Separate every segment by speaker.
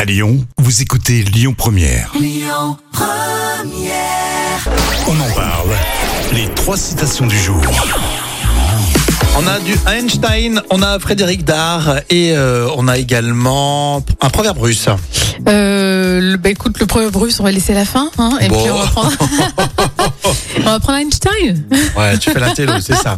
Speaker 1: À Lyon, vous écoutez Lyon Première. On en parle. Les trois citations du jour.
Speaker 2: On a du Einstein, on a Frédéric Dard et euh, on a également un proverbe russe.
Speaker 3: Euh, le- bah, écoute, le proverbe russe, on va laisser la fin, hein, et
Speaker 2: Bon.
Speaker 3: puis on va prendre. on va prendre Einstein.
Speaker 2: Ouais, tu fais la télé, c'est ça.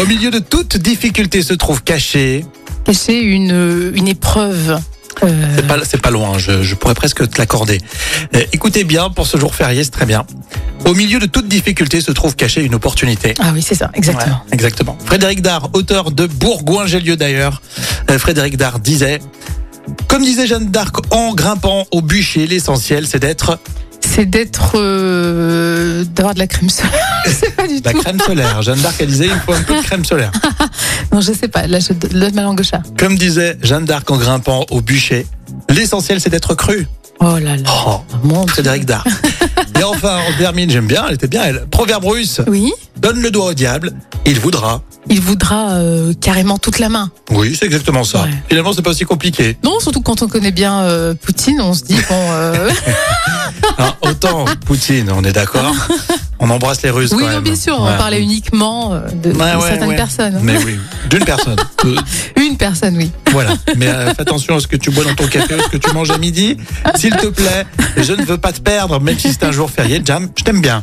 Speaker 2: Au milieu de toute difficulté se trouve caché.
Speaker 3: Cacher une euh, une épreuve. Euh,
Speaker 2: C'est pas, c'est pas loin, je, je pourrais presque te l'accorder. Eh, écoutez bien, pour ce jour férié, c'est très bien. Au milieu de toute difficulté se trouve cachée une opportunité.
Speaker 3: Ah oui, c'est ça, exactement.
Speaker 2: Ouais, exactement. Frédéric Dard, auteur de Bourgoin-Gélieu d'ailleurs, euh, Frédéric Dard disait Comme disait Jeanne d'Arc en grimpant au bûcher, l'essentiel c'est d'être
Speaker 3: C'est d'être, euh, d'avoir de la crème solaire. je sais pas du
Speaker 2: la
Speaker 3: tout.
Speaker 2: crème solaire. Jeanne d'Arc, elle disait Il faut un peu de crème solaire.
Speaker 3: Non, je sais pas. Là, je donne ma langue au chat.
Speaker 2: Comme disait Jeanne d'Arc en grimpant au bûcher, l'essentiel c'est d'être cru.
Speaker 3: Oh là là.
Speaker 2: Oh,
Speaker 3: Mon Dieu.
Speaker 2: Frédéric Dard. Et enfin, on termine, j'aime bien, elle était bien, elle. Proverbe russe
Speaker 3: Oui.
Speaker 2: Donne le doigt au diable, il voudra.
Speaker 3: Il voudra euh, carrément toute la main.
Speaker 2: Oui, c'est exactement ça.
Speaker 3: Ouais.
Speaker 2: Finalement, c'est pas si compliqué.
Speaker 3: Non, surtout quand on connaît bien euh, Poutine, on se dit bon. euh,
Speaker 2: Hein, autant Poutine, on est d'accord. On embrasse les Russes
Speaker 3: oui,
Speaker 2: quand
Speaker 3: non,
Speaker 2: même.
Speaker 3: bien sûr.
Speaker 2: Ouais.
Speaker 3: On parlait uniquement euh, de, de
Speaker 2: Ouais, ouais,
Speaker 3: certaines
Speaker 2: ouais.
Speaker 3: personnes. hein.
Speaker 2: Mais oui, d'une personne. Euh,
Speaker 3: Une personne, oui.
Speaker 2: voilà. Mais euh, fais attention à ce que tu bois dans ton café, à ce que tu manges à midi. S'il te plaît, je ne veux pas te perdre, même si c'est un jour férié. Jam, je t'aime bien.